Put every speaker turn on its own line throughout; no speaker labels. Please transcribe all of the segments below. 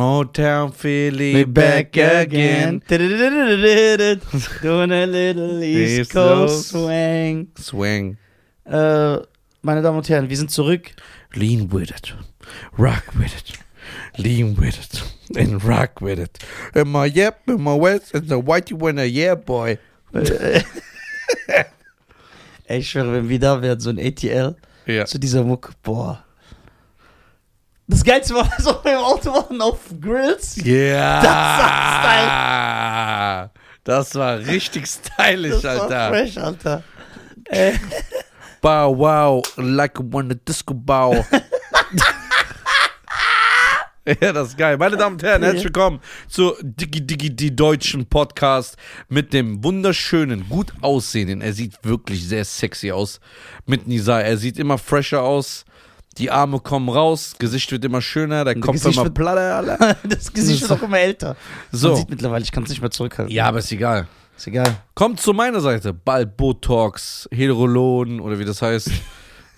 Motown Philly
back
back again.
again. Doing a little East
East
Coast
Coast.
Swing.
Swang.
Äh, meine Damen und Herren, wir sind zurück.
Lean with it. Rock with it. Lean with it. And rock with it. Am I yep? Am I west? It's a white you when a yeah boy.
Äh, Ey, ich schwöre, wenn wir da wären, so ein ATL,
Ja.
zu dieser Mucke, boah. Das Geilste war, dass wir im Auto waren auf Grills.
Ja. Das war richtig stylisch,
Das war
Alter.
fresh, Alter. Äh,
Bow wow, like one the disco bow. Ja, das ist geil. Meine Damen und Herren, herzlich willkommen zu Diggi Diggi, die deutschen Podcast mit dem wunderschönen, gut aussehenden. Er sieht wirklich sehr sexy aus mit Nisa. Er sieht immer fresher aus. Die Arme kommen raus, Gesicht wird immer schöner, der Kopf
Gesicht
immer
wird-
platter. Alter.
das Gesicht ist auch immer älter.
So.
Man sieht mittlerweile, ich kann es nicht mehr zurückhalten.
Ja, aber ist egal.
Ist egal.
Kommt zu meiner Seite. Bald Botox, Hydrolon oder wie das heißt.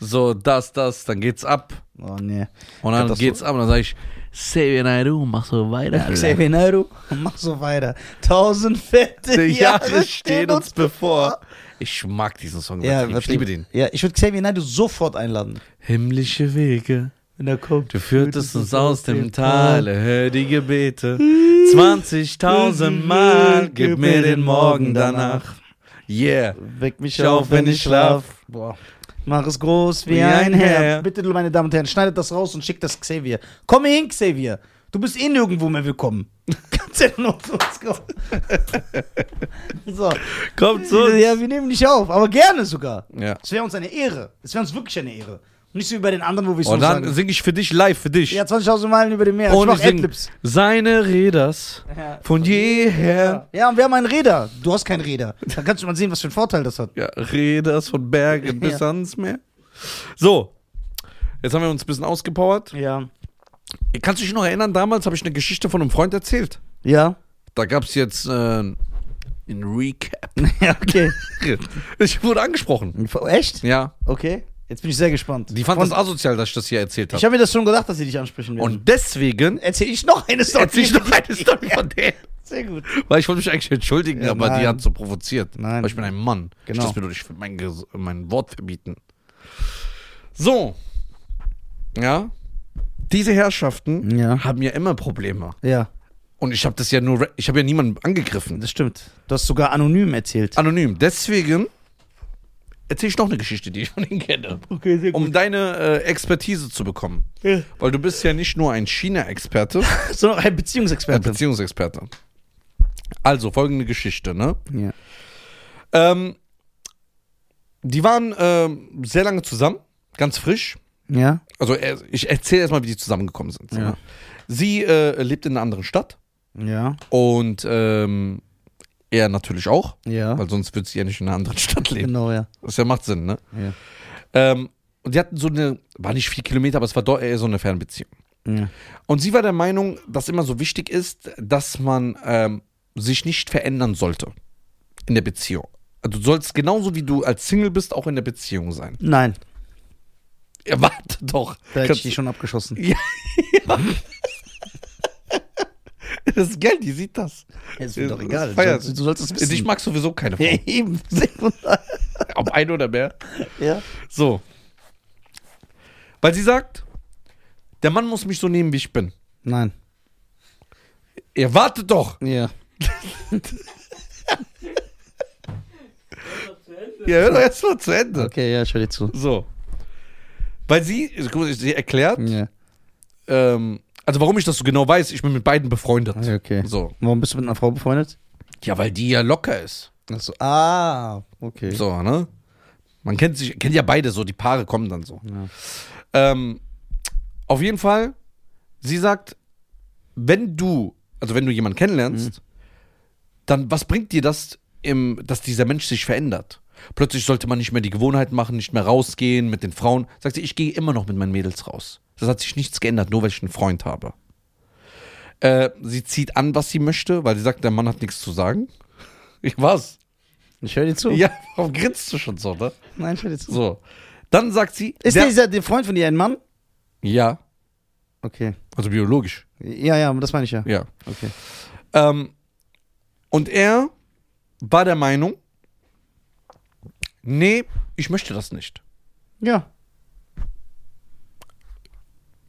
So, das, das, dann geht's ab.
Oh, nee.
Und dann
Katastrophe.
geht's ab. Und dann sag ich, Xavier Naidu, mach so weiter. Alter.
Xavier Nairo, mach so weiter. Tausend fette
Die
Jahre,
Jahre stehen uns bevor. Ich mag diesen Song.
Ja,
übertrieben. ich liebe den.
Ja, ich würde Xavier Nairo sofort einladen.
Himmlische Wege,
Wenn er kommt.
du führtest uns aus dem Tal, hör die Gebete. 20.000 Mal, gib mir den Morgen danach. Yeah.
Weck mich
Ich
auf, wenn ich schlaf. Boah. Mach es groß wie,
Wie ein
ein Herr.
Herr.
Bitte, du, meine Damen und Herren, schneidet das raus und schickt das Xavier. Komm hin, Xavier. Du bist eh nirgendwo mehr willkommen. Kannst ja nur zu uns kommen. so.
Kommt zu uns.
Ja, wir nehmen dich auf, aber gerne sogar.
Ja.
Es wäre uns eine Ehre. Es wäre uns wirklich eine Ehre. Und nicht so wie bei den anderen, wo wir es
Und
uns
dann
sagen.
singe ich für dich live, für dich.
Ja, 20.000 Meilen über dem Meer.
Und
ich
ich
mach
sing
Adlibs.
seine Räders
Ja.
von jeher.
Ja, und wir haben ein Räder. Du hast kein Räder. Dann kannst du mal sehen, was für einen Vorteil das hat.
Ja, Räders von Bergen bis
Ja.
ans Meer. So, jetzt haben wir uns ein bisschen ausgepowert.
Ja.
Kannst du dich noch erinnern, damals habe ich eine Geschichte von einem Freund erzählt.
Ja.
Da gab es jetzt äh, ein Recap.
Ja, okay.
Ich wurde angesprochen.
Echt?
Ja,
Okay. Jetzt bin ich sehr gespannt.
die fand
Von-
das asozial, dass ich das hier erzählt
ich
habe.
habe mir das schon gedacht, dass sie dich ansprechen werden.
Und deswegen
erzähl ich noch eine Story.
erzähle ich noch eine Story von denen.
Sehr gut.
Weil ich wollte mich eigentlich entschuldigen,
Ja,
aber
nein.
die hat so provoziert.
Nein.
Weil ich bin ein Mann.
Genau.
Ich lasse mir doch nicht mein, Ges- mein Wort verbieten. So. Ja. Diese Herrschaften
Ja.
haben ja immer Probleme.
Ja,
Und ich habe das ja nur, re- ich habe ja niemanden angegriffen.
das stimmt. Du hast sogar anonym erzählt.
Anonym. Deswegen erzähle ich noch eine Geschichte, die ich von ihnen kenne.
Okay, sehr
Um deine äh, Expertise zu bekommen.
Ja.
Weil du bist ja nicht nur ein China-Experte,
So noch ein
äh,
Beziehungsexperte.
Beziehungsexperte. Also, folgende Geschichte, ne?
Ja.
Ähm, die waren ähm, sehr lange zusammen, ganz frisch.
Ja.
Also er, ich erzähle erstmal, wie die zusammengekommen sind. ne?
Ja.
Sie äh, lebt in einer anderen Stadt
Ja.
und ähm, er natürlich auch,
Ja.
weil sonst würde sie ja nicht in einer anderen Stadt leben.
Ah. Genau, ja.
Das ja macht Sinn, ne?
Ja.
Ähm, und die hatten so eine, war nicht viel Kilometer, aber es war doch eher so eine Fernbeziehung.
ja.
Und sie war der Meinung, dass immer so wichtig ist, dass man ähm, sich nicht verändern sollte in der Beziehung. Also Du sollst genauso wie du als Single bist, auch in der Beziehung sein.
Nein,
Ja, warte doch.
da hätte ich
Kannst-
die schon abgeschossen.
ja. ja. das ist geil, die sieht das.
Ist mir doch
Das
egal. Du
feiert.
sollst, du sollst es wissen.
Ich mag sowieso keine Frau.
ja, eben.
Ob eine oder mehr.
ja.
So. Weil sie sagt, der Mann muss mich so nehmen, wie ich bin.
Nein.
Ihr wartet doch.
Ja.
Ihr hört doch erst mal zu Ende.
Okay, ja, ich höre dir zu.
So. Weil sie, guck mal, sie erklärt,
Ja.
ähm, also warum ich das so genau weiß, ich bin mit beiden befreundet.
Ja, Okay.
So.
Warum bist du mit einer Frau befreundet?
Ja, weil die ja locker ist.
Achso. Ah, okay.
So, ne? Man kennt sich, kennt ja beide so, die Paare kommen dann so.
Ja.
Ähm, auf jeden Fall, sie sagt, wenn du, also wenn du jemanden
Mhm.
kennenlernst, dann was bringt dir das, im, dass dieser Mensch sich verändert? Plötzlich sollte man nicht mehr die Gewohnheit machen, nicht mehr rausgehen mit den Frauen. Sagt sie, ich gehe immer noch mit meinen Mädels raus. Das hat sich nichts geändert, nur weil ich einen Freund habe. Äh, sie zieht an, was sie möchte, weil sie sagt, der Mann hat nichts zu sagen. Ich was?
Ich höre dir zu.
Ja, warum grinst du schon so, ne?
Nein, ich höre dir zu.
So. Dann sagt sie.
Ist
der-
dieser der Freund von dir ein Mann?
ja.
Okay.
Also biologisch.
Ja, ja, das meine ich ja.
Ja.
Okay.
Ähm, und er war der Meinung, nee, ich möchte das nicht.
Ja,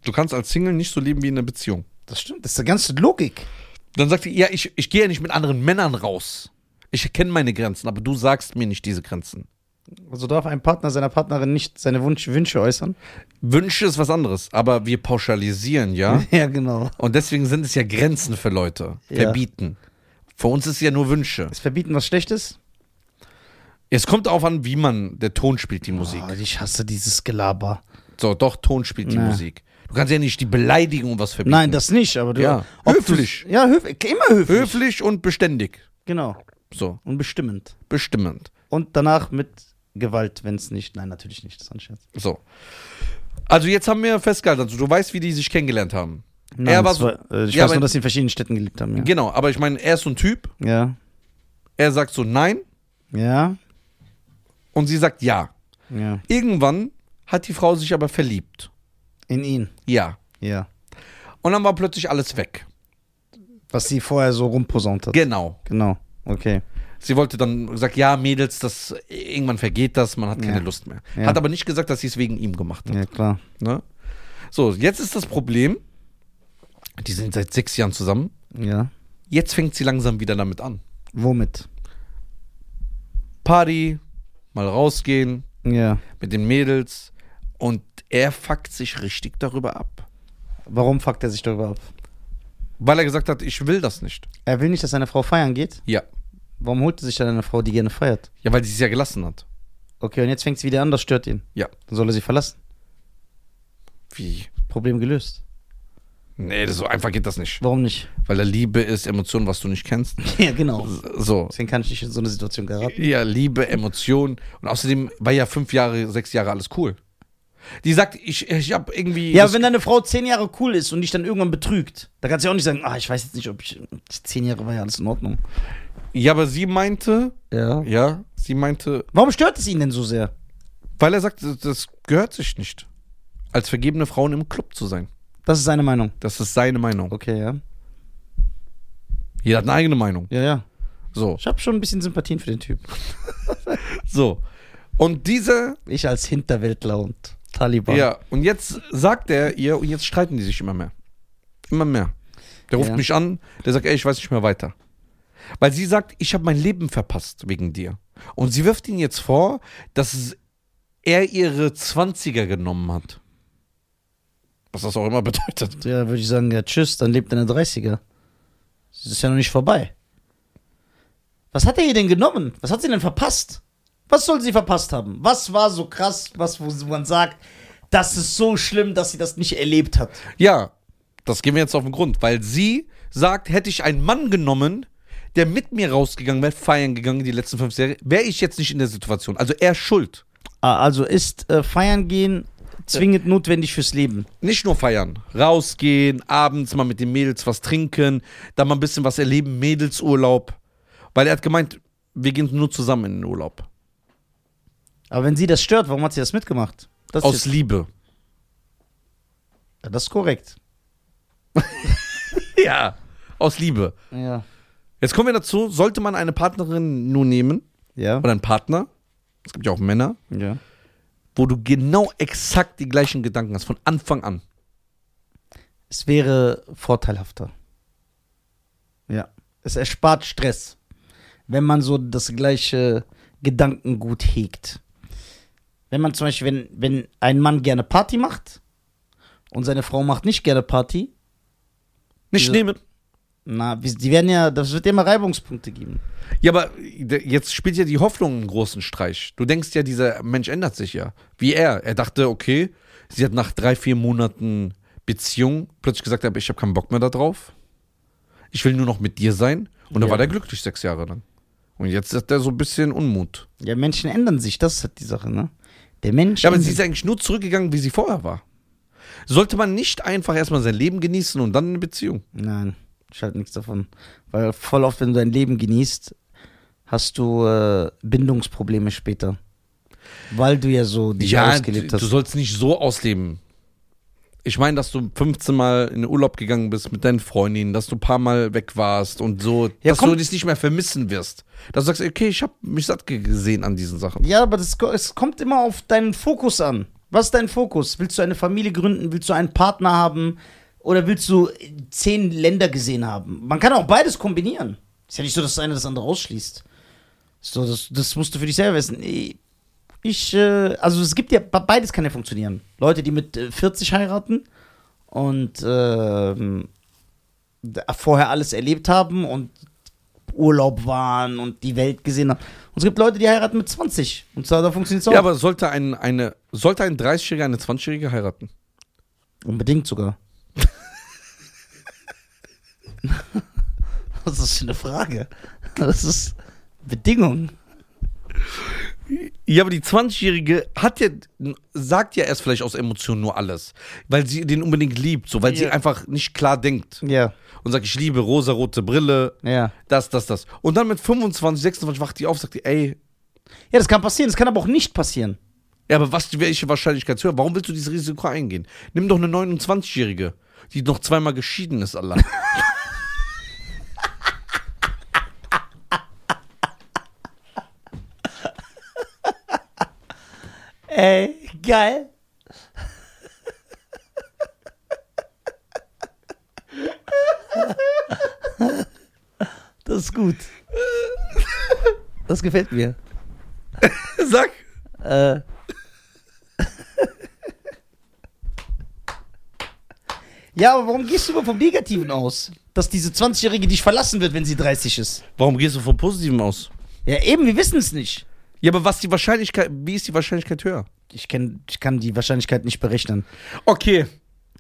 Du kannst als Single nicht so leben wie in einer Beziehung.
das stimmt. Das ist die ganze Logik.
Dann sagt sie, ja, ich, ich gehe ja nicht mit anderen Männern raus. Ich kenne meine Grenzen, aber du sagst mir nicht diese Grenzen.
Also darf ein Partner seiner Partnerin nicht seine Wunsch, Wünsche äußern?
Wünsche ist was anderes, aber wir pauschalisieren, ja?
Ja, genau.
Und deswegen sind es ja Grenzen für Leute.
Ja.
Verbieten. Für uns ist es ja nur Wünsche.
Ist Verbieten was Schlechtes?
Es kommt auch an, wie man, der Ton spielt die Musik.
Oh, ich hasse dieses Gelaber.
So, doch, Ton spielt die
Nee.
Musik. Du kannst ja nicht die Beleidigung was verbieten.
Nein, das nicht, aber du.
Ja.
ob du-
Höflich.
Ja, höf immer höflich.
Höflich und beständig.
Genau.
So,
Und bestimmend.
bestimmend.
Und danach mit Gewalt, wenn es nicht. Nein, natürlich nicht. Das ist ein Scherz.
So. Also jetzt haben wir festgehalten, also du weißt, wie die sich kennengelernt haben.
Nein,
er war
das
so,
war, äh, ich
Ja,
weiß
aber-
nur, dass sie in verschiedenen Städten gelebt haben. Ja.
genau, aber ich meine, er ist so ein Typ,
Ja.
er sagt so nein
Ja.
und sie sagt ja.
ja.
Irgendwann hat die Frau sich aber verliebt.
In ihn.
Ja.
Ja.
Und dann war plötzlich alles weg.
Was sie vorher so rumposaunt hat.
Genau.
genau. Okay.
Sie wollte dann gesagt, ja, Mädels, das irgendwann vergeht das, man hat keine
Ja.
Lust mehr.
Ja.
Hat aber nicht gesagt, dass sie es wegen ihm gemacht hat.
Ja, klar.
Ne? So, jetzt ist das Problem, die sind seit sechs Jahren zusammen.
Ja.
Jetzt fängt sie langsam wieder damit an.
Womit?
Party, mal rausgehen
Ja.
mit den Mädels und er fuckt sich richtig darüber ab.
Warum fuckt er sich darüber ab?
Weil er gesagt hat, ich will das nicht.
Er will nicht, dass seine Frau feiern geht.
Ja.
Warum holt er sich dann eine Frau, die gerne feiert?
Ja, weil sie es ja gelassen hat.
Okay, und jetzt fängt es wieder an, das stört ihn.
Ja.
Dann soll er sie verlassen.
Wie?
Problem gelöst.
Nee, das so einfach geht das nicht.
Warum nicht?
Weil da Liebe ist Emotion, was du nicht kennst.
Ja, genau.
So.
Deswegen kann ich nicht in so eine Situation geraten.
Ja, Liebe, Emotion. Und außerdem war ja fünf Jahre, sechs Jahre alles cool. Die sagt, ich, ich hab irgendwie.
Ja,
das-
wenn deine Frau zehn Jahre cool ist und dich dann irgendwann betrügt, da kannst du ja auch nicht sagen, ah, ich weiß jetzt nicht, ob ich. Zehn Jahre war ja alles in Ordnung.
ja, aber sie meinte,
Ja.
ja, sie meinte,
Warum stört es ihn denn so sehr?
weil er sagt, das- das gehört sich nicht. Als vergebene Frauen im Club zu sein.
Das ist seine Meinung.
Das ist seine Meinung.
Okay, ja.
Jeder hat eine eigene Meinung.
Ja, ja.
So.
Ich habe schon ein bisschen Sympathien für den Typ.
So. Und diese,
Ich als Hinterwäldler und Taliban.
ja, und jetzt sagt er ihr, und jetzt streiten die sich immer mehr. Immer mehr. Der ruft
Ja.
mich an, der sagt, ey, ich weiß nicht mehr weiter. Weil sie sagt, ich habe mein Leben verpasst wegen dir. Und sie wirft ihn jetzt vor, dass es- er ihre 20er genommen hat. Was das auch immer bedeutet.
Ja, würde ich sagen, ja, tschüss, dann lebt in der 30er. Das ist ja noch nicht vorbei. Was hat er ihr denn genommen? Was hat sie denn verpasst? Was soll sie verpasst haben? Was war so krass, was wo man sagt, das ist so schlimm, dass sie das nicht erlebt hat?
Ja, das gehen wir jetzt auf den Grund, weil sie sagt, hätte ich einen Mann genommen, der mit mir rausgegangen wäre, feiern gegangen die letzten fünf Jahre, wäre ich jetzt nicht in der Situation. Also er schuld.
Ah, Also ist äh, feiern gehen zwingend notwendig fürs Leben.
Nicht nur feiern, rausgehen, abends mal mit den Mädels was trinken, dann mal ein bisschen was erleben, Mädelsurlaub. Weil er hat gemeint, wir gehen nur zusammen in den Urlaub.
Aber wenn sie das stört, warum hat sie das mitgemacht? Das,
Aus
ist,
Liebe.
ja, das ist korrekt.
Ja. Aus Liebe.
Ja.
Jetzt kommen wir dazu, sollte man eine Partnerin nur nehmen
Ja.
oder einen Partner, es gibt ja auch Männer,
ja.
wo du genau exakt die gleichen Gedanken hast, von Anfang an.
Es wäre vorteilhafter. Ja. Es erspart Stress, wenn man so das gleiche Gedankengut hegt. Wenn man zum Beispiel, wenn, wenn ein Mann gerne Party macht und seine Frau macht nicht gerne Party,
Nicht
Ja.
nehmen.
na, wie- die werden ja, das wird ja immer Reibungspunkte geben.
Ja, aber d- jetzt spielt ja die Hoffnung einen großen Streich. Du denkst ja, dieser Mensch ändert sich ja. Wie er. Er dachte, okay, sie hat nach drei, vier Monaten Beziehung plötzlich gesagt, aber ich habe keinen Bock mehr darauf. Ich will nur noch mit dir sein. Und da
Ja.
war der glücklich sechs Jahre lang. Und jetzt hat er so ein bisschen Unmut.
Ja, Menschen ändern sich, das ist halt die Sache, ne? Der Mensch.
Ja, aber
ändert-
sie ist eigentlich nur zurückgegangen, wie sie vorher war. Sollte man nicht einfach erstmal sein Leben genießen und dann eine Beziehung?
Nein, ich halte nichts davon. Weil voll oft, wenn du dein Leben genießt, hast du äh, Bindungsprobleme später. Weil du ja so dich ausgelebt
du
hast.
sollst nicht so ausleben. Ich meine, dass du 15 Mal in den Urlaub gegangen bist mit deinen Freundinnen, dass du ein paar Mal weg warst und so,
Ja,
dass
komm.
du dich nicht mehr vermissen wirst. Dass du sagst, okay, ich habe mich satt ge- gesehen an diesen Sachen.
Ja, aber das, ko- es kommt immer auf deinen Fokus an. Was ist dein Fokus? Willst du eine Familie gründen? Willst du einen Partner haben? Oder willst du äh, zehn Länder gesehen haben? Man kann auch beides kombinieren. Ist ja nicht so, dass das eine das andere ausschließt. So, das, das musst du für dich selber wissen. Nee, Ich, äh, also es gibt ja, be- beides kann ja funktionieren. Leute, die mit äh, 40 heiraten und ähm, d- vorher alles erlebt haben und Urlaub waren und die Welt gesehen haben. Und es gibt Leute, die heiraten mit 20. Und zwar, da funktioniert es auch.
Ja, aber sollte ein, eine, sollte ein 30-Jähriger eine 20-Jährige heiraten?
Unbedingt sogar. Was ist das für eine Frage? Das ist Bedingung.
Ja, aber die 20-Jährige hat ja, sagt ja erst vielleicht aus Emotionen nur alles, weil sie den unbedingt liebt, so, weil sie
Ja.
einfach nicht klar denkt
Ja,
und sagt, ich liebe rosarote Brille,
ja.
das, das, das. Und dann mit 25, 26 wacht die auf, sagt die, ey,
Ja, das kann passieren, das kann aber auch nicht passieren.
ja, aber was, welche Wahrscheinlichkeit höher? Warum willst du dieses Risiko eingehen? Nimm doch eine 29-Jährige, die noch zweimal geschieden ist, Allah.
Ey, geil. Das ist gut. Das gefällt mir.
Sag.
Äh. Ja, aber warum gehst du immer vom Negativen aus? Dass diese 20-Jährige dich verlassen wird, wenn sie 30 ist.
Warum gehst du vom Positiven aus?
Ja, eben, wir wissen es nicht.
Ja, aber was die Wahrscheinlichkeit, wie ist die Wahrscheinlichkeit höher?
Ich, kenn, ich kann die Wahrscheinlichkeit nicht berechnen.
Okay.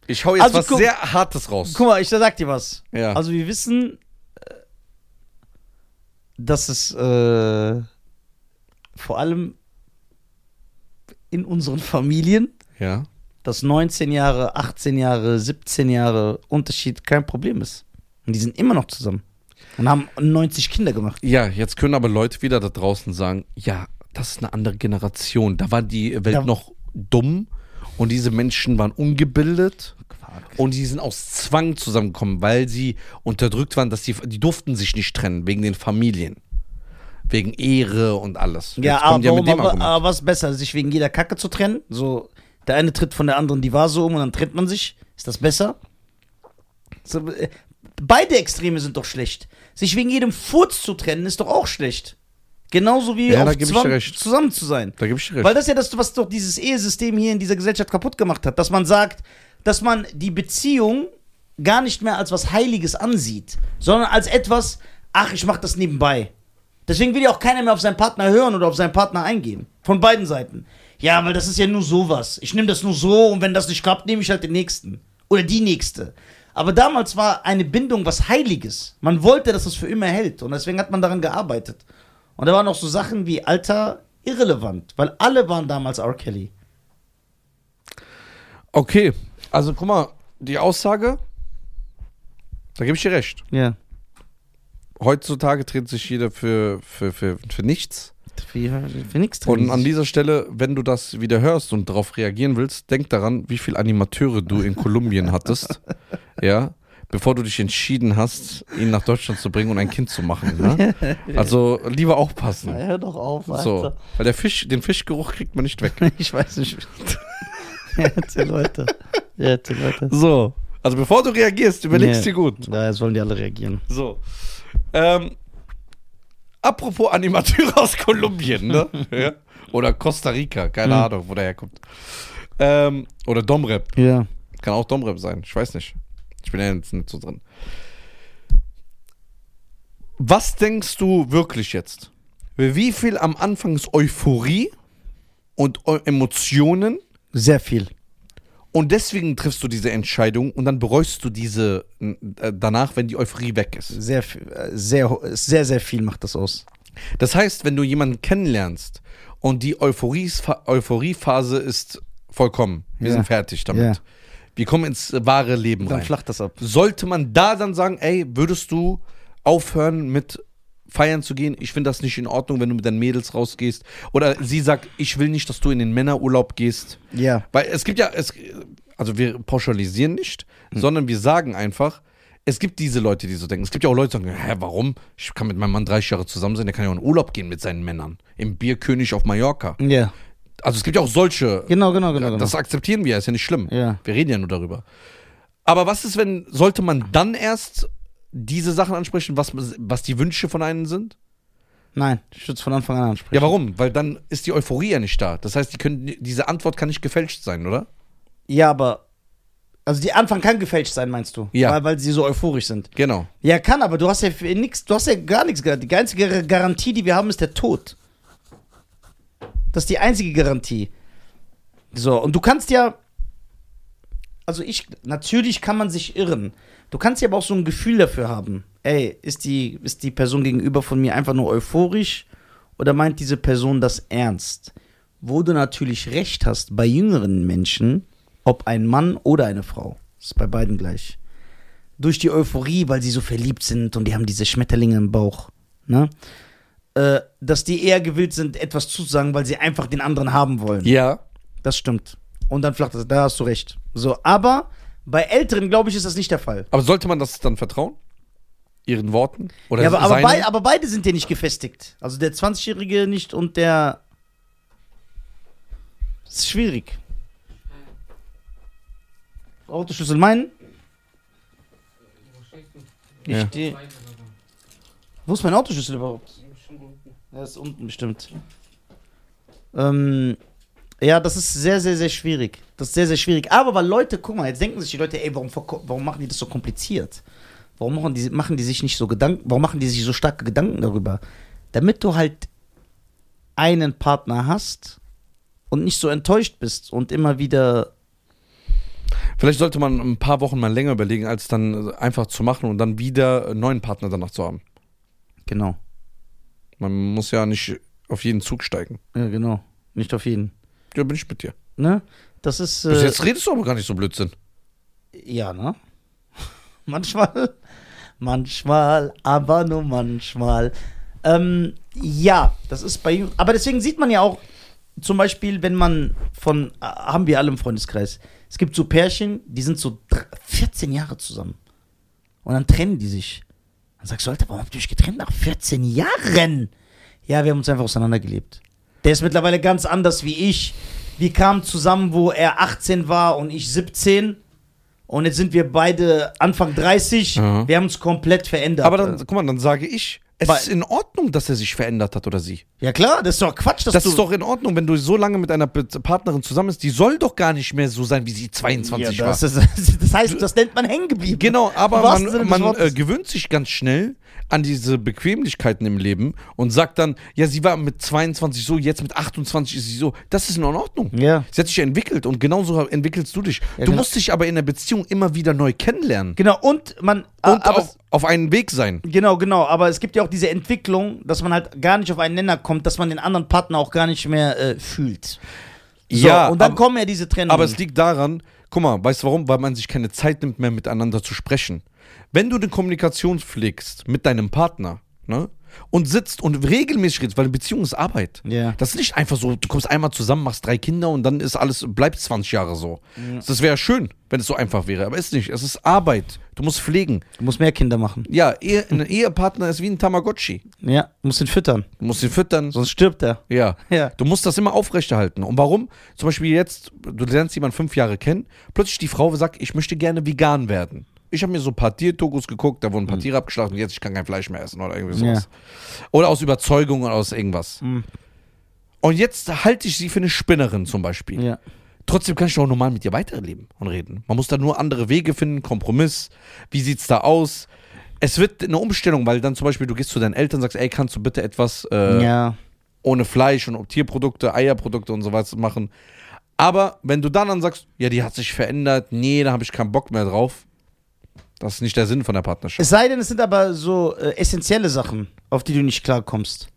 Ich hau jetzt
Also,
was
guck-
sehr Hartes raus.
Guck mal, ich sag dir was.
Ja.
Also wir wissen, äh, dass es äh, vor allem in unseren Familien,
Ja.
dass 19 Jahre, 18 Jahre, 17 Jahre Unterschied kein Problem ist. Und die sind immer noch zusammen. Und haben 90 Kinder gemacht.
Ja, jetzt können aber Leute wieder da draußen sagen, ja, das ist eine andere Generation. Da war die Welt
Da-
noch dumm und diese Menschen waren ungebildet. Und die sind aus Zwang zusammengekommen, weil sie unterdrückt waren, dass die, die durften sich nicht trennen, wegen den Familien. Wegen Ehre und alles.
Ja,
Jetzt kommen
aber,
die ja mit dem
aber,
Argument.
aber was besser, sich wegen jeder Kacke zu trennen? So, der eine tritt von der anderen die Vase um und dann trennt man sich. Ist das besser? So, äh, beide Extreme sind doch schlecht. Sich wegen jedem Furz zu trennen, ist doch auch schlecht. Genauso wie
Ja, da
auf
geb ich
Zwang
dir recht.
zusammen zu sein.
da gebe ich dir recht.
Weil das ist ja das, was doch dieses Ehesystem hier in dieser Gesellschaft kaputt gemacht hat, dass man sagt, dass man die Beziehung gar nicht mehr als was Heiliges ansieht, sondern als etwas, ach, ich mache das nebenbei. Deswegen will ja auch keiner mehr auf seinen Partner hören oder auf seinen Partner eingehen. Von beiden Seiten. Ja, weil das ist ja nur sowas. Ich nehme das nur so und wenn das nicht klappt, nehme ich halt den nächsten. Oder die nächste. Aber damals war eine Bindung was Heiliges. Man wollte, dass das für immer hält. Und deswegen hat man daran gearbeitet. Und da waren auch so Sachen wie Alter irrelevant, weil alle waren damals R. Kelly.
Okay, also guck mal, die Aussage, da gebe ich dir recht.
Ja.
Heutzutage dreht sich jeder für, für, für, für nichts.
Für, für nichts
Und an dieser Stelle, wenn du das wieder hörst und darauf reagieren willst, denk daran, wie viele Animateure du in Kolumbien hattest, ja, bevor du dich entschieden hast, ihn nach Deutschland zu bringen und ein Kind zu machen. Ne? Also lieber aufpassen.
Hör doch auf, Alter.
So, weil der Fisch, den Fischgeruch kriegt man nicht weg.
Ich weiß nicht. ja, erzähl weiter. Ja, erzähl weiter.
So, also bevor du reagierst, überlegst
Nee.
dir gut.
Ja, jetzt wollen die alle reagieren.
So. Ähm, apropos Animateure aus Kolumbien, ne? ja. Oder Costa Rica, keine
Mhm.
Ahnung, wo der herkommt. Ähm, oder Domrep.
Ja.
Kann auch Domrep sein, ich weiß nicht. Ich bin ja jetzt nicht so drin. Was denkst du wirklich jetzt? Wie viel am Anfang ist Euphorie und Eu Emotionen
Sehr viel.
und deswegen triffst du diese Entscheidung und dann bereust du diese äh, danach, wenn die Euphorie weg ist?
Sehr, viel- äh, sehr, ho- sehr, sehr viel macht das aus.
Das heißt, wenn du jemanden kennenlernst und die Euphories- Euphoriephase ist vollkommen, wir
Ja.
sind fertig damit.
Ja.
Wir kommen ins äh, wahre Leben
Dann
rein.
flacht das ab.
Sollte man da dann sagen, ey, würdest du aufhören mit feiern zu gehen? Ich finde das nicht in Ordnung, wenn du mit deinen Mädels rausgehst. Oder sie sagt, ich will nicht, dass du in den Männerurlaub gehst.
Ja.
Weil es gibt ja, es, also wir pauschalisieren nicht,
Hm.
sondern wir sagen einfach, es gibt diese Leute, die so denken. Es gibt ja auch Leute, die sagen, hä, warum? Ich kann mit meinem Mann 30 Jahre zusammen sein, der kann ja auch in Urlaub gehen mit seinen Männern. Im Bierkönig auf Mallorca.
Ja.
Also es gibt ja auch solche.
Hm. Genau, genau, genau. genau.
Das akzeptieren wir, ist ja nicht schlimm.
Ja.
Wir reden ja nur darüber. Aber was ist, wenn, sollte man dann erst diese Sachen ansprechen, was, was die Wünsche von einem sind?
Nein, ich würde es von Anfang an ansprechen.
Ja, warum? Weil dann ist die Euphorie ja nicht da. Das heißt, die können, diese Antwort kann nicht gefälscht sein, oder?
Ja, aber. Also die Anfang kann gefälscht sein, meinst du?
Ja.
Weil, weil sie so euphorisch sind.
Genau.
Ja, kann, aber du hast ja für nix, du hast ja gar nichts gehabt. Die einzige Garantie, die wir haben, ist der Tod. Das ist die einzige Garantie. So, und du kannst ja. Also ich, natürlich kann man sich irren. Du kannst ja aber auch so ein Gefühl dafür haben. Ey, ist die, ist die Person gegenüber von mir einfach nur euphorisch oder meint diese Person das ernst? Wo du natürlich recht hast bei jüngeren Menschen, ob ein Mann oder eine Frau. Ist bei beiden gleich durch die Euphorie, weil sie so verliebt sind und die haben diese Schmetterlinge im Bauch, ne? Äh, dass die eher gewillt sind, etwas zuzusagen, weil sie einfach den anderen haben wollen.
Ja.
Das stimmt. Und dann flacht das, da hast du recht. So, aber bei Älteren, glaube ich, ist das nicht der Fall.
Aber sollte man das dann vertrauen? Ihren Worten? Oder
Ja, aber, aber,
seinen?
bei, aber beide sind ja nicht gefestigt. Also der 20-Jährige nicht und der. Das ist schwierig. Autoschlüssel meinen? Ich
Ja.
steh- Wo ist mein Autoschlüssel überhaupt? Er ist unten bestimmt. Ähm, ja, das ist sehr, sehr, sehr schwierig. Das ist sehr, sehr schwierig. Aber weil Leute, guck mal, jetzt denken sich die Leute, ey, warum, verko- warum machen die das so kompliziert? Warum machen die, machen die sich nicht so Gedanken, warum machen die sich so starke Gedanken darüber? Damit du halt einen Partner hast und nicht so enttäuscht bist und immer wieder.
Vielleicht sollte man ein paar Wochen mal länger überlegen, als dann einfach zu machen und dann wieder einen neuen Partner danach zu haben.
Genau.
Man muss ja nicht auf jeden Zug steigen.
Ja, genau. Nicht auf jeden.
Ja, bin ich mit dir.
Ne? Das ist.
Bis
äh,
jetzt redest du aber gar nicht so Blödsinn.
Ja, ne? manchmal. Manchmal, aber nur manchmal. Ähm, ja, das ist bei ihm. Aber deswegen sieht man ja auch, zum Beispiel, wenn man von. äh, Haben wir alle im Freundeskreis. Es gibt so Pärchen, die sind so dr- 14 Jahre zusammen. Und dann trennen die sich. Dann sagst du, Alter, warum habt ihr euch getrennt nach 14 Jahren? Ja, wir haben uns einfach auseinandergelebt. Der ist mittlerweile ganz anders wie ich. Wir kamen zusammen, wo er 18 war und ich 17. Und jetzt sind wir beide Anfang 30.
Mhm.
Wir haben uns komplett verändert.
Aber dann, guck mal, dann sage ich, es
Äh. Weil-
ist in Ordnung, dass er sich verändert hat oder sie.
ja klar, das ist doch Quatsch, dass
Das
du
ist doch in Ordnung, wenn du so lange mit einer Be- Partnerin zusammen bist, die soll doch gar nicht mehr so sein, wie sie 22
ja,
war.
das, ist, das heißt, das nennt man hängen geblieben.
Genau,
Im
aber
wahrsten Sinne
man,
des
man äh,
Wortes.
gewöhnt sich ganz schnell an diese Bequemlichkeiten im Leben und sagt dann, ja, sie war mit 22 so, jetzt mit 28 ist sie so. Das ist in Ordnung.
Ja.
Sie hat sich entwickelt und genauso entwickelst du dich. du
genau.
musst dich aber in der Beziehung immer wieder neu kennenlernen
Genau, und man.
und
aber,
auf, auf einen Weg sein.
genau, genau, aber es gibt ja auch diese Entwicklung, dass man halt gar nicht auf einen Nenner kommt, dass man den anderen Partner auch gar nicht mehr äh, fühlt. So, und dann
aber,
kommen ja diese Trennungen.
aber es liegt daran, guck mal, weißt du warum? Weil man sich keine Zeit nimmt, mehr miteinander zu sprechen. Wenn du eine Kommunikation pflegst mit deinem Partner, ne? Und sitzt und regelmäßig redest, weil eine Beziehung ist Arbeit.
Ja.
Das ist nicht einfach so, du kommst einmal zusammen, machst drei Kinder und dann ist alles, bleibt 20 Jahre so. Das wäre schön, wenn es so einfach wäre, aber ist nicht. Es ist Arbeit. Du musst pflegen.
Du musst mehr Kinder machen.
Ja, Ehe, ein Ehepartner ist wie ein Tamagotchi.
Ja, du musst ihn füttern,
Du musst ihn füttern.
sonst stirbt er.
Ja.
Ja.
Du musst das immer aufrechterhalten. Und warum? Zum Beispiel jetzt, du lernst jemanden fünf Jahre kennen, plötzlich die Frau sagt, ich möchte gerne vegan werden. Ich habe mir so ein paar Tierdokus geguckt, da wurden ein
Mhm.
paar Tiere abgeschlachtet und jetzt ich kann kein Fleisch mehr essen oder irgendwie sowas. Oder aus Überzeugung oder aus irgendwas.
Mhm.
Und jetzt halte ich sie für eine Spinnerin zum Beispiel.
Ja.
Trotzdem kann ich doch normal mit ihr weiterleben und reden. Man muss da nur andere Wege finden, Kompromiss. Wie sieht's da aus? Es wird eine Umstellung, weil dann zum Beispiel du gehst zu deinen Eltern und sagst, ey, kannst du bitte etwas äh,
ja.
ohne Fleisch und Tierprodukte, Eierprodukte und so was machen. Aber wenn du dann, dann sagst, ja, die hat sich verändert, nee, da habe ich keinen Bock mehr drauf, das ist nicht der Sinn von der Partnerschaft.
Es sei denn, es sind aber so äh, essentielle Sachen, auf die du nicht klarkommst.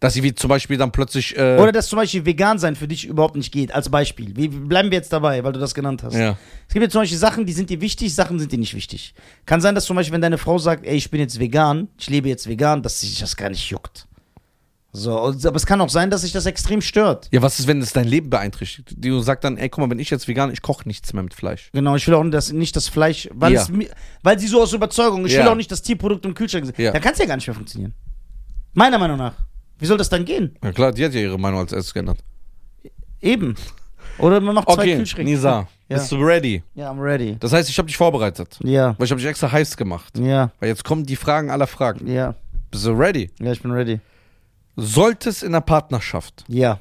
Dass sie wie zum Beispiel dann plötzlich. Äh,
Oder dass zum Beispiel vegan sein für dich überhaupt nicht geht, als Beispiel. Wie, bleiben wir jetzt dabei, weil du das genannt hast.
ja.
Es gibt jetzt zum Beispiel Sachen, die sind dir wichtig, Sachen sind dir nicht wichtig. Kann sein, dass zum Beispiel, wenn deine Frau sagt, ey, ich bin jetzt vegan, ich lebe jetzt vegan, dass sich das gar nicht juckt. So, und- aber es kann auch sein, dass sich das extrem stört.
Ja, was ist, wenn es dein Leben beeinträchtigt? Du sagst dann, ey, guck mal, wenn ich jetzt vegan, ich koche nichts mehr mit Fleisch.
Genau, ich will auch das, nicht das Fleisch, weil,
Ja.
es mir- weil sie so aus Überzeugung, ich
Ja.
will auch nicht das Tierprodukt im Kühlschrank sehen.
Ja.
Da kann es ja gar nicht mehr funktionieren. Meiner Meinung nach. Wie soll das dann gehen?
Ja klar, die hat ja ihre Meinung als erstes geändert.
Eben. Oder man macht zwei
Okay,
Kühlschränke.
Nisa,
Ja.
bist du ready?
Ja, I'm ready.
Das heißt, ich habe dich vorbereitet.
Ja,
Weil ich habe dich extra heiß gemacht.
ja,
Weil jetzt kommen die Fragen aller Fragen.
ja.
Bist du ready?
Ja, ich bin ready.
Sollte es in der Partnerschaft,
Ja,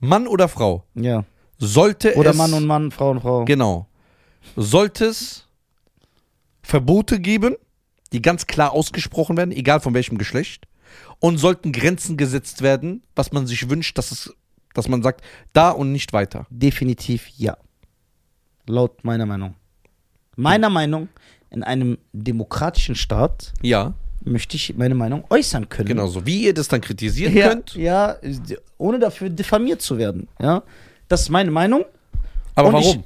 Mann oder Frau,
ja.
sollte
Oder
es...
Mann und Mann, Frau und Frau.
Genau. Sollte es Verbote geben, die ganz klar ausgesprochen werden, egal von welchem Geschlecht, und sollten Grenzen gesetzt werden, was man sich wünscht, dass es, dass man sagt, da und nicht weiter.
Definitiv ja. Laut meiner Meinung. Meiner Meinung, in einem demokratischen Staat
Ja,
möchte ich meine Meinung äußern können.
genau so. Wie ihr das dann kritisieren
ja,
könnt,
Ja, ohne dafür diffamiert zu werden. Ja, das ist meine Meinung,
aber
Und ich-
warum?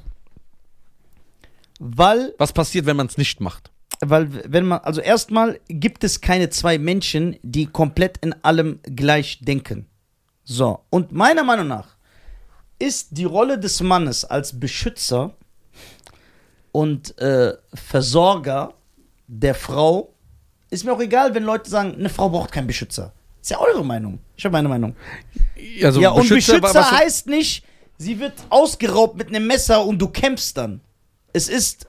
weil,
Was passiert, wenn man es nicht macht?
weil wenn man, also erstmal gibt es keine zwei Menschen, die komplett in allem gleich denken. So, und meiner Meinung nach ist die Rolle des Mannes als Beschützer und äh, Versorger der Frau, ist mir auch egal, wenn Leute sagen, eine Frau braucht keinen Beschützer. Ist ja eure Meinung. Ich habe meine Meinung.
Also
ja, und
Beschützer,
Beschützer,
wa- was-
heißt nicht, sie wird ausgeraubt mit einem Messer und du kämpfst dann. Es ist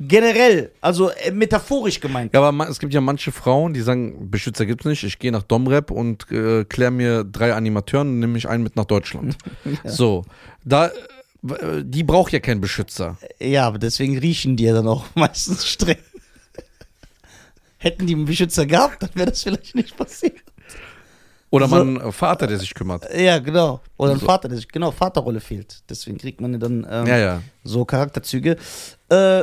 generell, also äh, metaphorisch gemeint.
ja, aber ma- es gibt ja manche Frauen, die sagen, Beschützer gibt's nicht, ich gehe nach Domrep und äh, klär mir drei Animateuren und nehme mich einen mit nach Deutschland. So, da, äh, die braucht ja keinen Beschützer.
Ja, aber deswegen riechen die ja dann auch meistens streng. Hätten die einen Beschützer gehabt, dann wäre das vielleicht nicht passiert.
Oder
So.
man äh, Vater, der sich kümmert.
Ja, genau. Oder ein
So.
Vater, der sich, genau, Vaterrolle fehlt. Deswegen kriegt man ja dann ähm,
Ja, ja.
so Charakterzüge. Äh,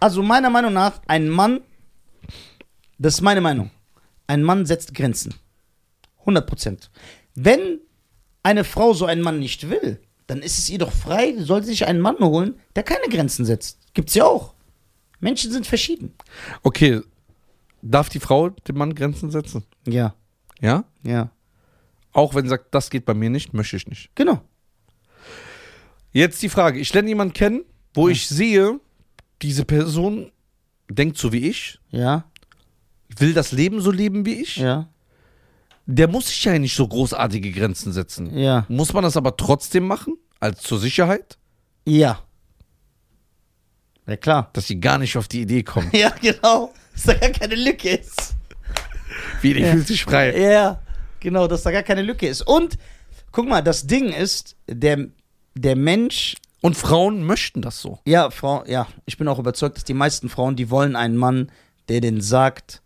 also meiner Meinung nach, ein Mann, das ist meine Meinung, ein Mann setzt Grenzen. 100 Prozent. Wenn eine Frau so einen Mann nicht will, dann ist es ihr doch frei, sie soll sich einen Mann holen, der keine Grenzen setzt. Gibt's ja auch. Menschen sind verschieden.
Okay, darf die Frau dem Mann Grenzen setzen?
Ja,
Ja?
ja.
Auch wenn sie sagt, das geht bei mir nicht, möchte ich nicht.
Genau.
Jetzt die Frage, ich lerne jemanden kennen, wo ich sehe, diese Person denkt so wie ich,
Ja,
will das Leben so leben wie ich.
ja,
Der muss sich ja nicht so großartige Grenzen setzen.
ja.
Muss man das aber trotzdem machen, als zur Sicherheit,
Ja. Ja, klar.
dass sie gar nicht auf die Idee kommen.
Ja, genau. Dass da gar keine Lücke ist.
Wie, die fühlt sich frei.
Ja, genau, dass da gar keine Lücke ist. Und guck mal, das Ding ist, der, der Mensch,
Und Frauen möchten das so.
ja, Frau, ja, ich bin auch überzeugt, dass die meisten Frauen, die wollen einen Mann, der denen sagt,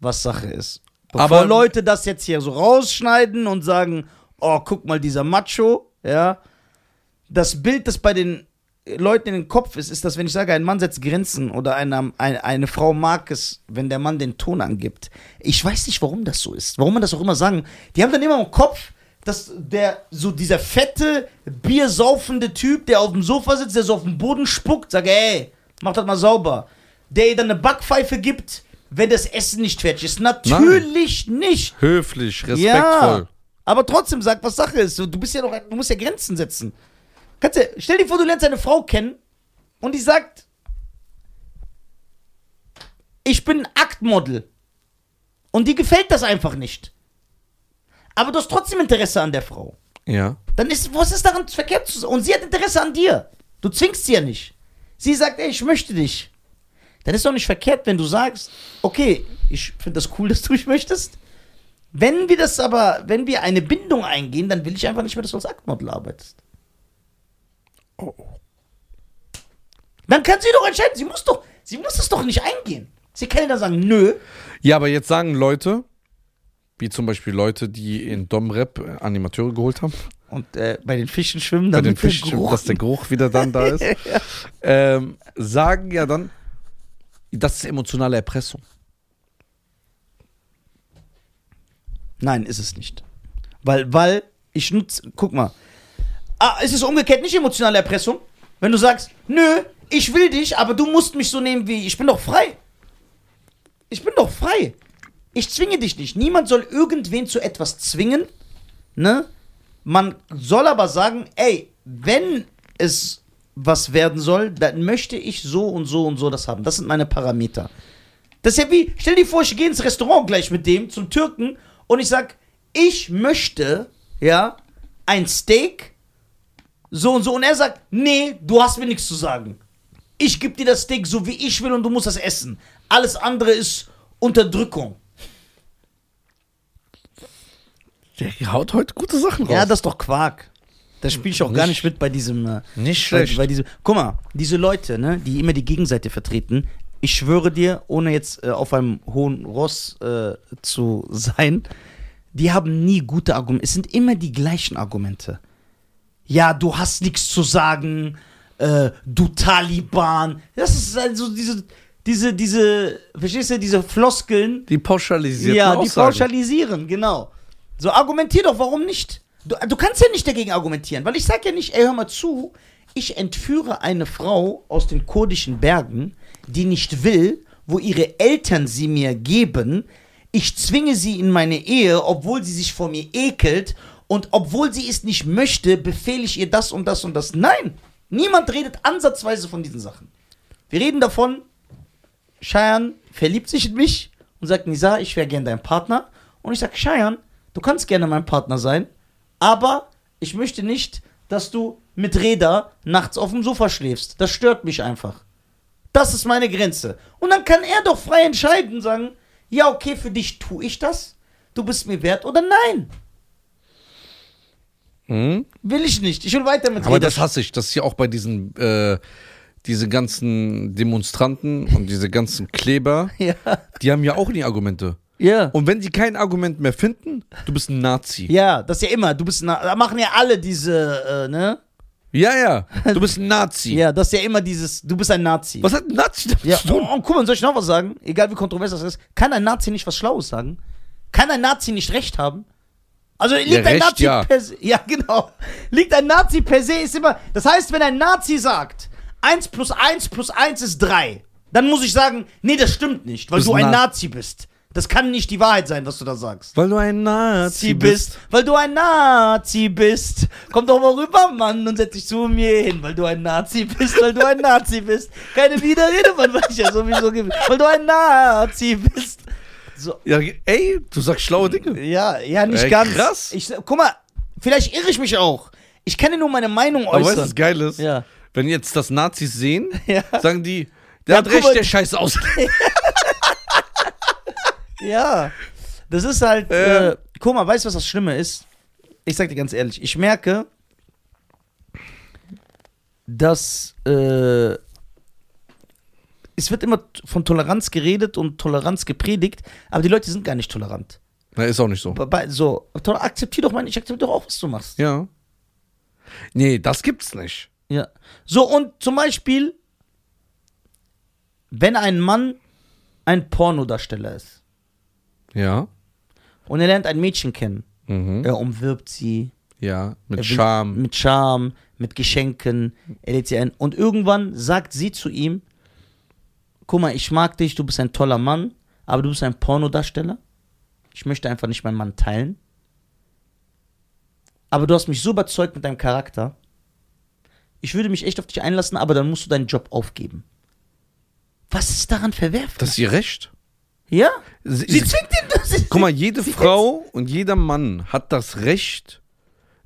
was Sache ist. Bevor
Aber-
Aber Leute das jetzt hier so rausschneiden und sagen, oh, guck mal, dieser Macho, ja. Das Bild, das bei den äh, Leuten in den Kopf ist, ist, dass wenn ich sage, ein Mann setzt Grenzen oder eine, eine, eine Frau mag es, wenn der Mann den Ton angibt. Ich weiß nicht, warum das so ist. Warum man das auch immer sagen. Die haben dann immer im Kopf, dass der so dieser fette, biersaufende Typ, der auf dem Sofa sitzt, der so auf dem Boden spuckt, sagt, ey, mach das mal sauber. Der ihr dann eine Backpfeife gibt, wenn das Essen nicht fertig ist. Natürlich nicht.
Höflich, respektvoll.
Ja, aber trotzdem sag, was Sache ist. Du bist ja doch, du musst ja Grenzen setzen. Kannst ja, stell dir vor, du lernst eine Frau kennen und die sagt, ich bin ein Aktmodel. Und die gefällt das einfach nicht. Aber du hast trotzdem Interesse an der Frau.
ja.
Dann ist, was ist daran verkehrt zu sein? Und sie hat Interesse an dir. Du zwingst sie ja nicht. Sie sagt, ey, ich möchte dich. Dann ist doch nicht verkehrt, wenn du sagst, okay, ich finde das cool, dass du mich möchtest. Wenn wir das aber, wenn wir eine Bindung eingehen, dann will ich einfach nicht mehr, dass du als Aktmodel arbeitest.
Oh,
Dann kann sie doch entscheiden. Sie muss doch, sie muss es doch nicht eingehen. Sie kann ja dann sagen, nö.
Ja, aber jetzt sagen Leute, wie zum Beispiel Leute, die in Domrep äh, Animateure geholt haben,
Und äh, bei den Fischen schwimmen,
bei
dann
den Fisch, dass der Geruch wieder dann da ist, ähm, sagen ja dann, das ist emotionale Erpressung.
Nein, ist es nicht. Weil, weil ich nutze, guck mal. Ah, ist es umgekehrt nicht emotionale Erpressung? Wenn du sagst, nö, ich will dich, aber du musst mich so nehmen wie ich bin doch frei. Ich bin doch frei. Ich zwinge dich nicht. Niemand soll irgendwen zu etwas zwingen. Ne? Man soll aber sagen, ey, wenn es was werden soll, dann möchte ich so und so und so das haben. Das sind meine Parameter. Das ist ja wie, stell dir vor, ich gehe ins Restaurant gleich mit dem zum Türken und ich sag, ich möchte, ja, ein Steak, so und so. Und er sagt, nee, du hast mir nichts zu sagen. Ich gebe dir das Steak so wie ich will und du musst das essen. Alles andere ist Unterdrückung.
Der haut heute gute Sachen raus.
Ja, das ist doch Quark. Da spiele ich auch gar nicht mit bei diesem. äh,
Nicht
bei,
schlecht.
bei diesem. Guck mal, diese Leute, ne, die immer die Gegenseite vertreten, ich schwöre dir, ohne jetzt äh, auf einem hohen Ross äh, zu sein, die haben nie gute Argumente. Es sind immer die gleichen Argumente. Ja, du hast nichts zu sagen, äh, du Taliban. Das ist also diese, diese, diese, verstehst du, diese Floskeln,
die pauschalisierten
ja, die
Aussagen.
pauschalisieren, genau. So, argumentier doch, warum nicht? Du, du kannst ja nicht dagegen argumentieren, weil ich sag ja nicht, ey, hör mal zu, ich entführe eine Frau aus den kurdischen Bergen, die nicht will, wo ihre Eltern sie mir geben. Ich zwinge sie in meine Ehe, obwohl sie sich vor mir ekelt und obwohl sie es nicht möchte, befehle ich ihr das und das und das. Nein, niemand redet ansatzweise von diesen Sachen. Wir reden davon, Cheyenne verliebt sich in mich und sagt, Nisa, ich wäre gern dein Partner. Und ich sage, Cheyenne, du kannst gerne mein Partner sein, aber ich möchte nicht, dass du mit Reda nachts auf dem Sofa schläfst. Das stört mich einfach. Das ist meine Grenze. Und dann kann er doch frei entscheiden, sagen, ja, okay, für dich tue ich das. Du bist mir wert oder nein.
Hm?
Will ich nicht. Ich will weiter mit
Aber
Reda
das hasse ich. Das ist ja auch bei diesen äh, diese ganzen Demonstranten und diese ganzen Kleber.
sch- Ja.
Die haben ja auch nie Argumente.
Ja.
Und wenn sie kein Argument mehr finden, du bist ein Nazi.
Ja, das ist ja immer. Du bist, na- da machen ja alle diese, äh, ne?
Ja, ja. Du bist ein Nazi.
Ja, das ist ja immer dieses, du bist ein Nazi.
Was hat ein Nazi damit
Ja,
zu
und,
tun?
und guck mal, soll ich noch was sagen? Egal wie kontrovers das ist, kann ein Nazi nicht was Schlaues sagen? Kann ein Nazi nicht Recht haben? Also liegt ein
Recht,
Nazi
ja.
per se, ja genau, liegt ein Nazi per se ist immer, das heißt, wenn ein Nazi sagt, 1 plus 1 plus 1 ist 3, dann muss ich sagen, nee, das stimmt nicht, weil
Bist
du ein
Na-
Nazi bist. Das kann nicht die Wahrheit sein, was du da sagst.
Weil du ein Nazi
Nazi bist, weil du ein Nazi bist. Komm doch mal rüber, Mann, und setz dich zu mir hin, weil du ein Nazi bist, weil du ein Nazi bist. Keine Widerrede, man weiß ja sowieso, gew- weil du ein Nazi bist. So,
Ja, ey, du sagst schlaue Dinge.
ja, ja, nicht
Ey,
ganz.
krass.
Ich, guck mal, vielleicht irre ich mich auch. Ich kann dir nur meine Meinung
Aber weißt du,
äußern.
was geil ist?
Ja.
Wenn jetzt das Nazis sehen,
Ja.
sagen die, der
Ja,
hat
guck mal.
recht, der scheiß aus.
Ja, das ist halt.
Ähm.
Äh, guck mal, weißt du, was das Schlimme ist? Ich sag dir ganz ehrlich, ich merke, dass äh, es wird immer t- von Toleranz geredet und Toleranz gepredigt, aber die Leute sind gar nicht tolerant.
Na, ist auch nicht so.
Bei- bei- So, to- akzeptier doch mein, ich akzeptiere doch auch, was du machst.
Ja. Nee, das gibt's nicht.
Ja. So, und zum Beispiel, wenn ein Mann ein Pornodarsteller ist
Ja.
und er lernt ein Mädchen kennen,
Mhm.
er umwirbt sie,
Ja,
Er
mit
will-
Charme.
Mit Charme, mit Geschenken. Er lädt sie ein. Und irgendwann sagt sie zu ihm: Guck mal, ich mag dich, du bist ein toller Mann, aber du bist ein Pornodarsteller. Ich möchte einfach nicht meinen Mann teilen. Aber du hast mich so überzeugt mit deinem Charakter. Ich würde mich echt auf dich einlassen, aber dann musst du deinen Job aufgeben. Was ist daran verwerflich?
Das ist ihr Recht.
ja?
Sie-
Sie zwingt ihn. sie-
Guck mal, jede
sie-
Frau und jeder Mann hat das Recht,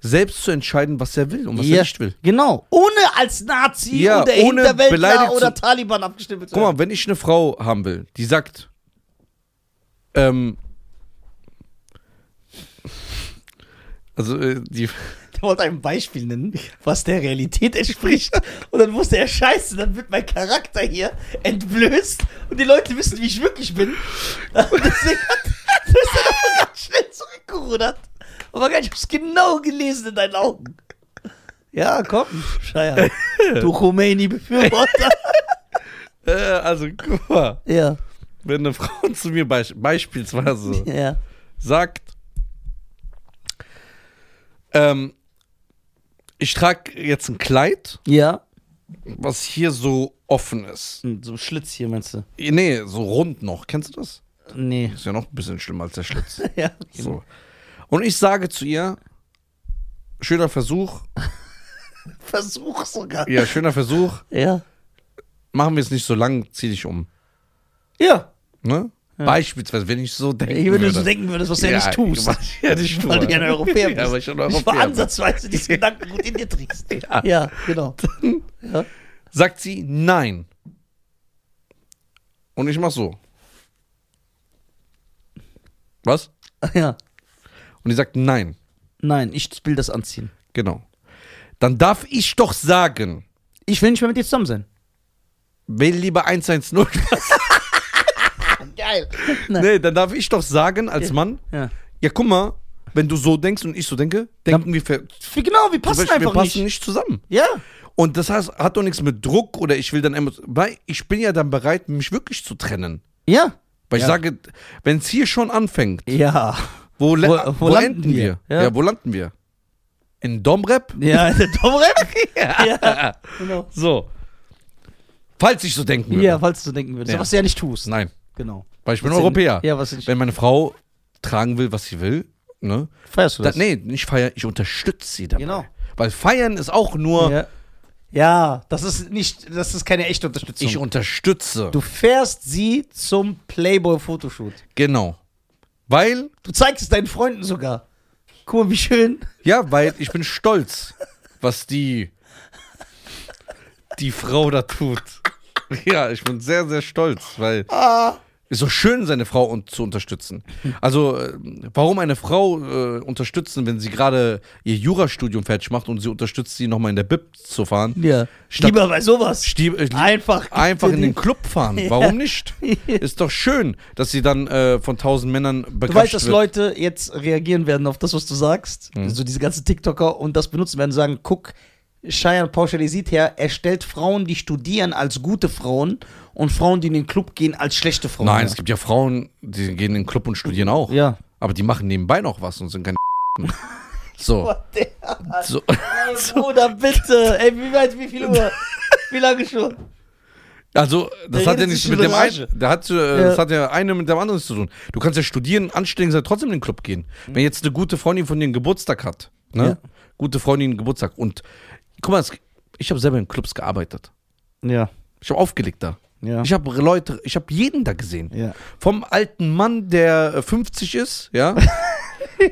selbst zu entscheiden, was er will und was
Ja,
er nicht will.
Genau. Ohne als Nazi
Ja,
oder
ohne beleidigt
Hinterwäldler
zu-
oder Taliban abgestimmt zu
Guck mal, wenn ich eine Frau haben will, die sagt, ähm, also äh, die,
Der wollte ein Beispiel nennen, was der Realität entspricht. Und dann wusste er, scheiße, dann wird mein Charakter hier entblößt und die Leute wissen, wie ich wirklich bin. Und deswegen hat, ist er nochmal ganz schnell zurückgerudert. Aber gar nicht, ich hab's genau gelesen in deinen Augen. Ja, komm, Scheier. Du Khomeini-Befürworter.
äh, also guck mal,
ja,
wenn eine Frau zu mir beisch- beispielsweise
ja.
sagt, ähm, ich trage jetzt ein Kleid,
Ja.
was hier so offen ist.
So Schlitz hier, meinst du?
Nee, so rund noch. Kennst du das?
Nee.
Ist ja noch ein bisschen schlimmer als der Schlitz.
Ja.
So. Und ich sage zu ihr, schöner Versuch,
Versuch sogar.
ja, schöner Versuch,
Ja.
machen wir es nicht so lang, zieh dich um.
Ja.
Ne? Beispielsweise, wenn ich so denke.
Ich würde so denken würdest, was du ja nicht tust.
Was ja nicht
Weil du ja ein Europäer bist.
Ja, weil ich ein
Ich war
Europäer bin.
ansatzweise diesen Gedanken gut in dir trägst. Ja, genau. Ja.
Sagt sie nein. Und ich mach so. Was?
ja.
Und die sagt nein.
Nein, ich will das anziehen.
Genau. Dann darf ich doch sagen,
Ich will nicht mehr mit dir zusammen sein.
wähl lieber 110.
Geil. Nein.
nee, dann darf ich doch sagen als Mann,
Ne. Ja.
ja guck mal, wenn du so denkst und ich so denke, denken wir, ver-
Wie Genau, wir passen
wir
einfach
passen
nicht.
nicht zusammen.
Ja.
Und das heißt, hat doch nichts mit Druck oder ich will dann emo- weil ich bin ja dann bereit, mich wirklich zu trennen.
Ja.
Weil
Ja.
ich sage, wenn es hier schon anfängt,
Ja.
wo, le-
Wo-
wo,
wo landen
landen wir?
wir? Ja.
Ja. wo landen wir? In Domrep?
Ja, der Domrep? ja. ja. Genau.
So. Falls ich so denken würde.
Ja, falls du denken würdest.
Ja.
Was du ja nicht tust.
Nein,
Genau.
weil ich bin
Was denn-
Europäer.
Ja, was ich.
Wenn meine Frau tragen will, was sie will, ne?
Feierst du
Da,
das?
nee, nicht feiern, ich unterstütze sie dabei.
Genau.
Weil feiern ist auch nur,
Ja. ja, das ist nicht, das ist keine echte Unterstützung.
ich unterstütze.
du fährst sie zum Playboy-Fotoshoot.
Genau. Weil,
Du zeigst es deinen Freunden sogar. Guck mal, wie schön.
ja, weil ich bin stolz, was die, die Frau da tut. Ja, ich bin sehr, sehr stolz, weil
Ah.
ist so schön, seine Frau un zu unterstützen. Also, äh, warum eine Frau äh, unterstützen, wenn sie gerade ihr Jurastudium fertig macht und sie unterstützt sie nochmal in der Bib zu fahren?
Ja.
Statt-
Lieber bei sowas.
Stieb, äh,
Einfach.
einfach in den Club fahren.
Ja.
Warum nicht? Ist doch schön, dass sie dann äh, von tausend Männern
Du
begrapscht
weißt, dass
wird. Mhm.
Leute jetzt reagieren werden auf das, was du sagst. So diese ganzen TikToker und das benutzen werden, sagen, guck, Cheyenne pauschalisiert her, er stellt Frauen, die studieren, als gute Frauen und Frauen, die in den Club gehen, als schlechte Frauen.
Nein,
her.
es gibt ja Frauen, die gehen in den Club und studieren auch.
Ja.
Aber die machen nebenbei noch was und sind keine So.
Boah, der-
so.
Ey, Bruder, bitte. Ey, wie weit, wie viel Uhr? Wie lange schon?
Also, das hat
Der
ja
redet
nichts
sich
mit
in
dem einen.
Rage.
Da hat, äh, Das
Ja.
hat ja eine mit dem anderen zu tun. Du kannst ja studieren, anständig sein, trotzdem in den Club gehen. Wenn jetzt eine gute Freundin von dir einen Geburtstag hat, ne? Gute Freundin einen Geburtstag. Und guck mal, es- ich habe selber in Clubs gearbeitet.
Ja,
Ich habe aufgelegt da.
ja.
Ich habe Leute, ich habe jeden da gesehen.
Ja.
Vom alten Mann, der äh, 50 ist, ja,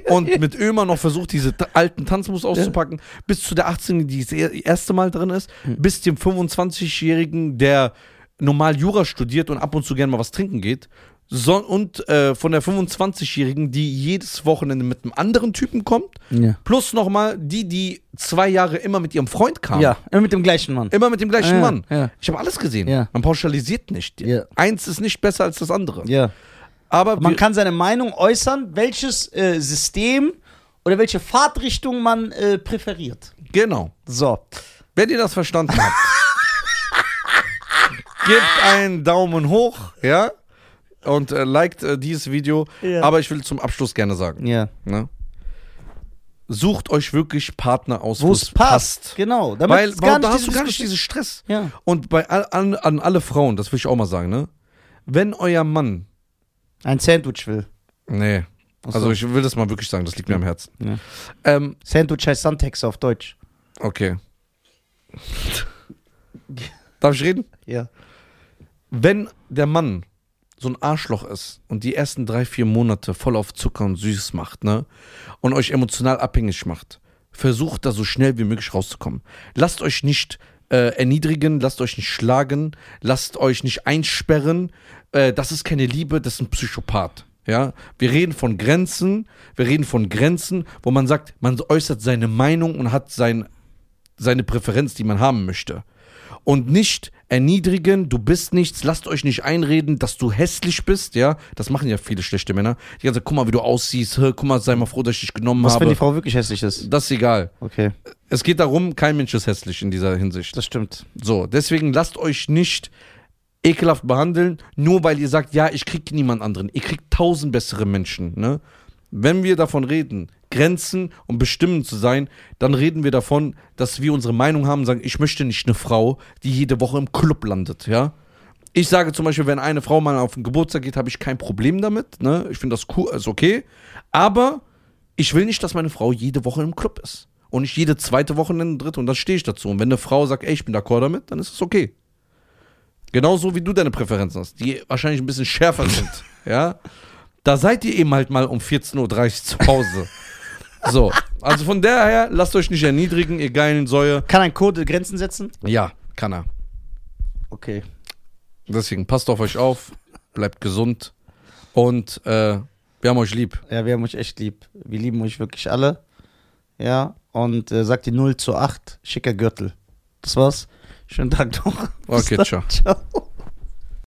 und mit Ömer noch versucht, diese ta- alten Tanzmoves auszupacken, bis zu der 18-Jährigen, die das e- erste Mal drin ist,
Hm.
bis dem 25-Jährigen, der normal Jura studiert und ab und zu gerne mal was trinken geht. So, und äh, von der 25-Jährigen, die jedes Wochenende mit einem anderen Typen kommt,
Ja.
plus nochmal die, die zwei Jahre immer mit ihrem Freund kam.
Ja, immer mit dem gleichen Mann.
Immer mit dem gleichen
Ah, Ja,
Mann.
ja.
Ich habe alles gesehen.
Ja.
Man pauschalisiert nicht.
Ja.
Eins ist nicht besser als das andere.
Ja.
Aber
Man
wir-
kann seine Meinung äußern, welches äh, System oder welche Fahrtrichtung man äh, präferiert.
genau.
So.
Wenn ihr das verstanden habt, gebt einen Daumen hoch, ja, und äh, liked äh, dieses Video.
Ja.
Aber ich will zum Abschluss gerne sagen,
Ja.
ne? sucht euch wirklich Partner aus,
Wo es passt. Genau. Damit
Weil
es
warum, da hast
diese
du gar nicht
Diskussion-
diesen Stress.
Ja.
Und bei all, an, an alle Frauen, das will ich auch mal sagen, ne? Wenn euer Mann
Ein Sandwich will.
Nee.
Ach so.
Also ich will das mal wirklich sagen, das liegt mir am Herzen.
Ja.
Ähm,
Sandwich heißt Suntex auf Deutsch.
okay. Darf ich reden?
Ja.
Wenn der Mann so ein Arschloch ist und die ersten drei, vier Monate voll auf Zucker und süß macht, ne? Und euch emotional abhängig macht, versucht da so schnell wie möglich rauszukommen. Lasst euch nicht äh, erniedrigen, lasst euch nicht schlagen, lasst euch nicht einsperren. Äh, das ist keine Liebe, das ist ein Psychopath. Ja, wir reden von Grenzen, wir reden von Grenzen, wo man sagt, man äußert seine Meinung und hat sein, seine Präferenz, die man haben möchte. Und nicht erniedrigen, du bist nichts, lasst euch nicht einreden, dass du hässlich bist, ja. Das machen ja viele schlechte Männer. Die ganze, guck mal, wie du aussiehst, hä, guck mal, sei mal froh, dass ich dich genommen
Was, wenn
habe.
die Frau wirklich hässlich ist?
Das ist egal.
Okay.
Es geht darum, kein Mensch ist hässlich in dieser Hinsicht.
Das stimmt.
So, deswegen lasst euch nicht ekelhaft behandeln, nur weil ihr sagt, ja, ich krieg niemand anderen. Ihr kriegt tausend bessere Menschen, ne? Wenn wir davon reden, Grenzen und bestimmen zu sein, dann reden wir davon, dass wir unsere Meinung haben, und sagen, ich möchte nicht eine Frau, die jede Woche im Club landet, ja? Ich sage zum Beispiel, wenn eine Frau mal auf den Geburtstag geht, habe ich kein Problem damit. Ne? Ich finde das cool, ist okay. Aber ich will nicht, dass meine Frau jede Woche im Club ist. Und nicht jede zweite Wochenende, dritte. Und dann stehe ich dazu. Und wenn eine Frau sagt, ey, ich bin d'accord damit, dann ist es okay. Genauso wie du deine Präferenzen hast, die wahrscheinlich ein bisschen schärfer sind. ja. Da seid ihr eben halt mal um 14.30 Uhr zu Hause. so. Also von daher, lasst euch nicht erniedrigen, ihr geilen Säue.
Kann ein Kurde Grenzen setzen?
Ja, kann er.
Okay.
Deswegen passt auf euch auf, bleibt gesund und äh, wir haben euch lieb.
Ja, wir haben euch echt lieb. Wir lieben euch wirklich alle. Ja, und äh, sagt die 0 zu 8, schicker Gürtel. Das war's. Schönen Tag noch. Bis
Okay,
dann.
ciao.
Ciao.